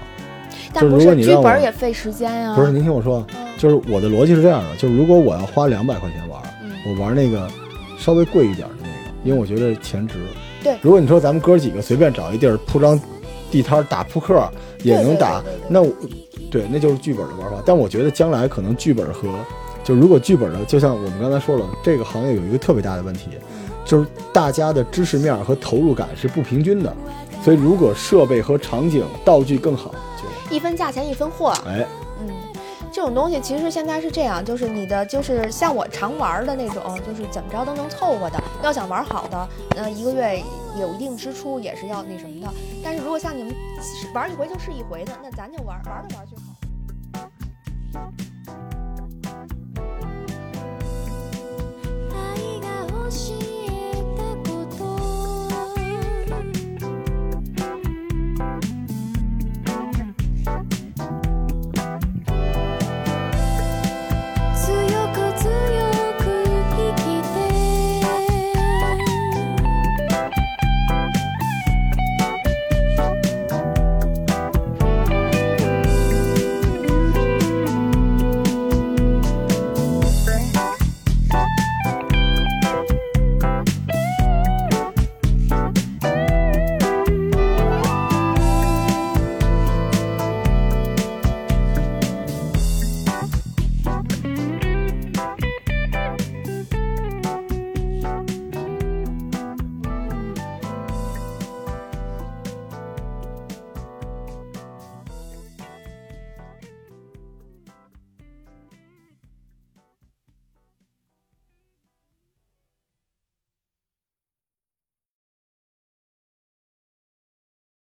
Speaker 3: 但不
Speaker 2: 如果
Speaker 3: 是
Speaker 2: 你
Speaker 3: 剧
Speaker 2: 让我
Speaker 3: 本也费时间呀、
Speaker 2: 不是，您听我说，啊
Speaker 3: 嗯
Speaker 2: 就是我的逻辑是这样的：就是如果我要花两百块钱玩，
Speaker 3: 嗯，
Speaker 2: 我玩那个稍微贵一点的那个，因为我觉得钱值。
Speaker 3: 对
Speaker 2: 如果你说咱们哥几个随便找一地儿铺张地摊儿打扑克也能打
Speaker 3: 对对对对对，
Speaker 2: 那我对，那就是剧本的玩法。但我觉得将来可能剧本和就如果剧本的，就像我们刚才说了，这个行业有一个特别大的问题，
Speaker 3: 嗯
Speaker 2: 就是大家的知识面和投入感是不平均的。所以如果设备和场景道具更好，就
Speaker 3: 一分价钱一分货，
Speaker 2: 哎，
Speaker 3: 嗯。这种东西其实现在是这样，就是你的就是像我常玩的那种，就是怎么着都能凑合的。要想玩好的，呃，一个月有一定支出也是要那什么的。但是如果像你们玩一回就是一回的，那咱就玩玩着玩就好。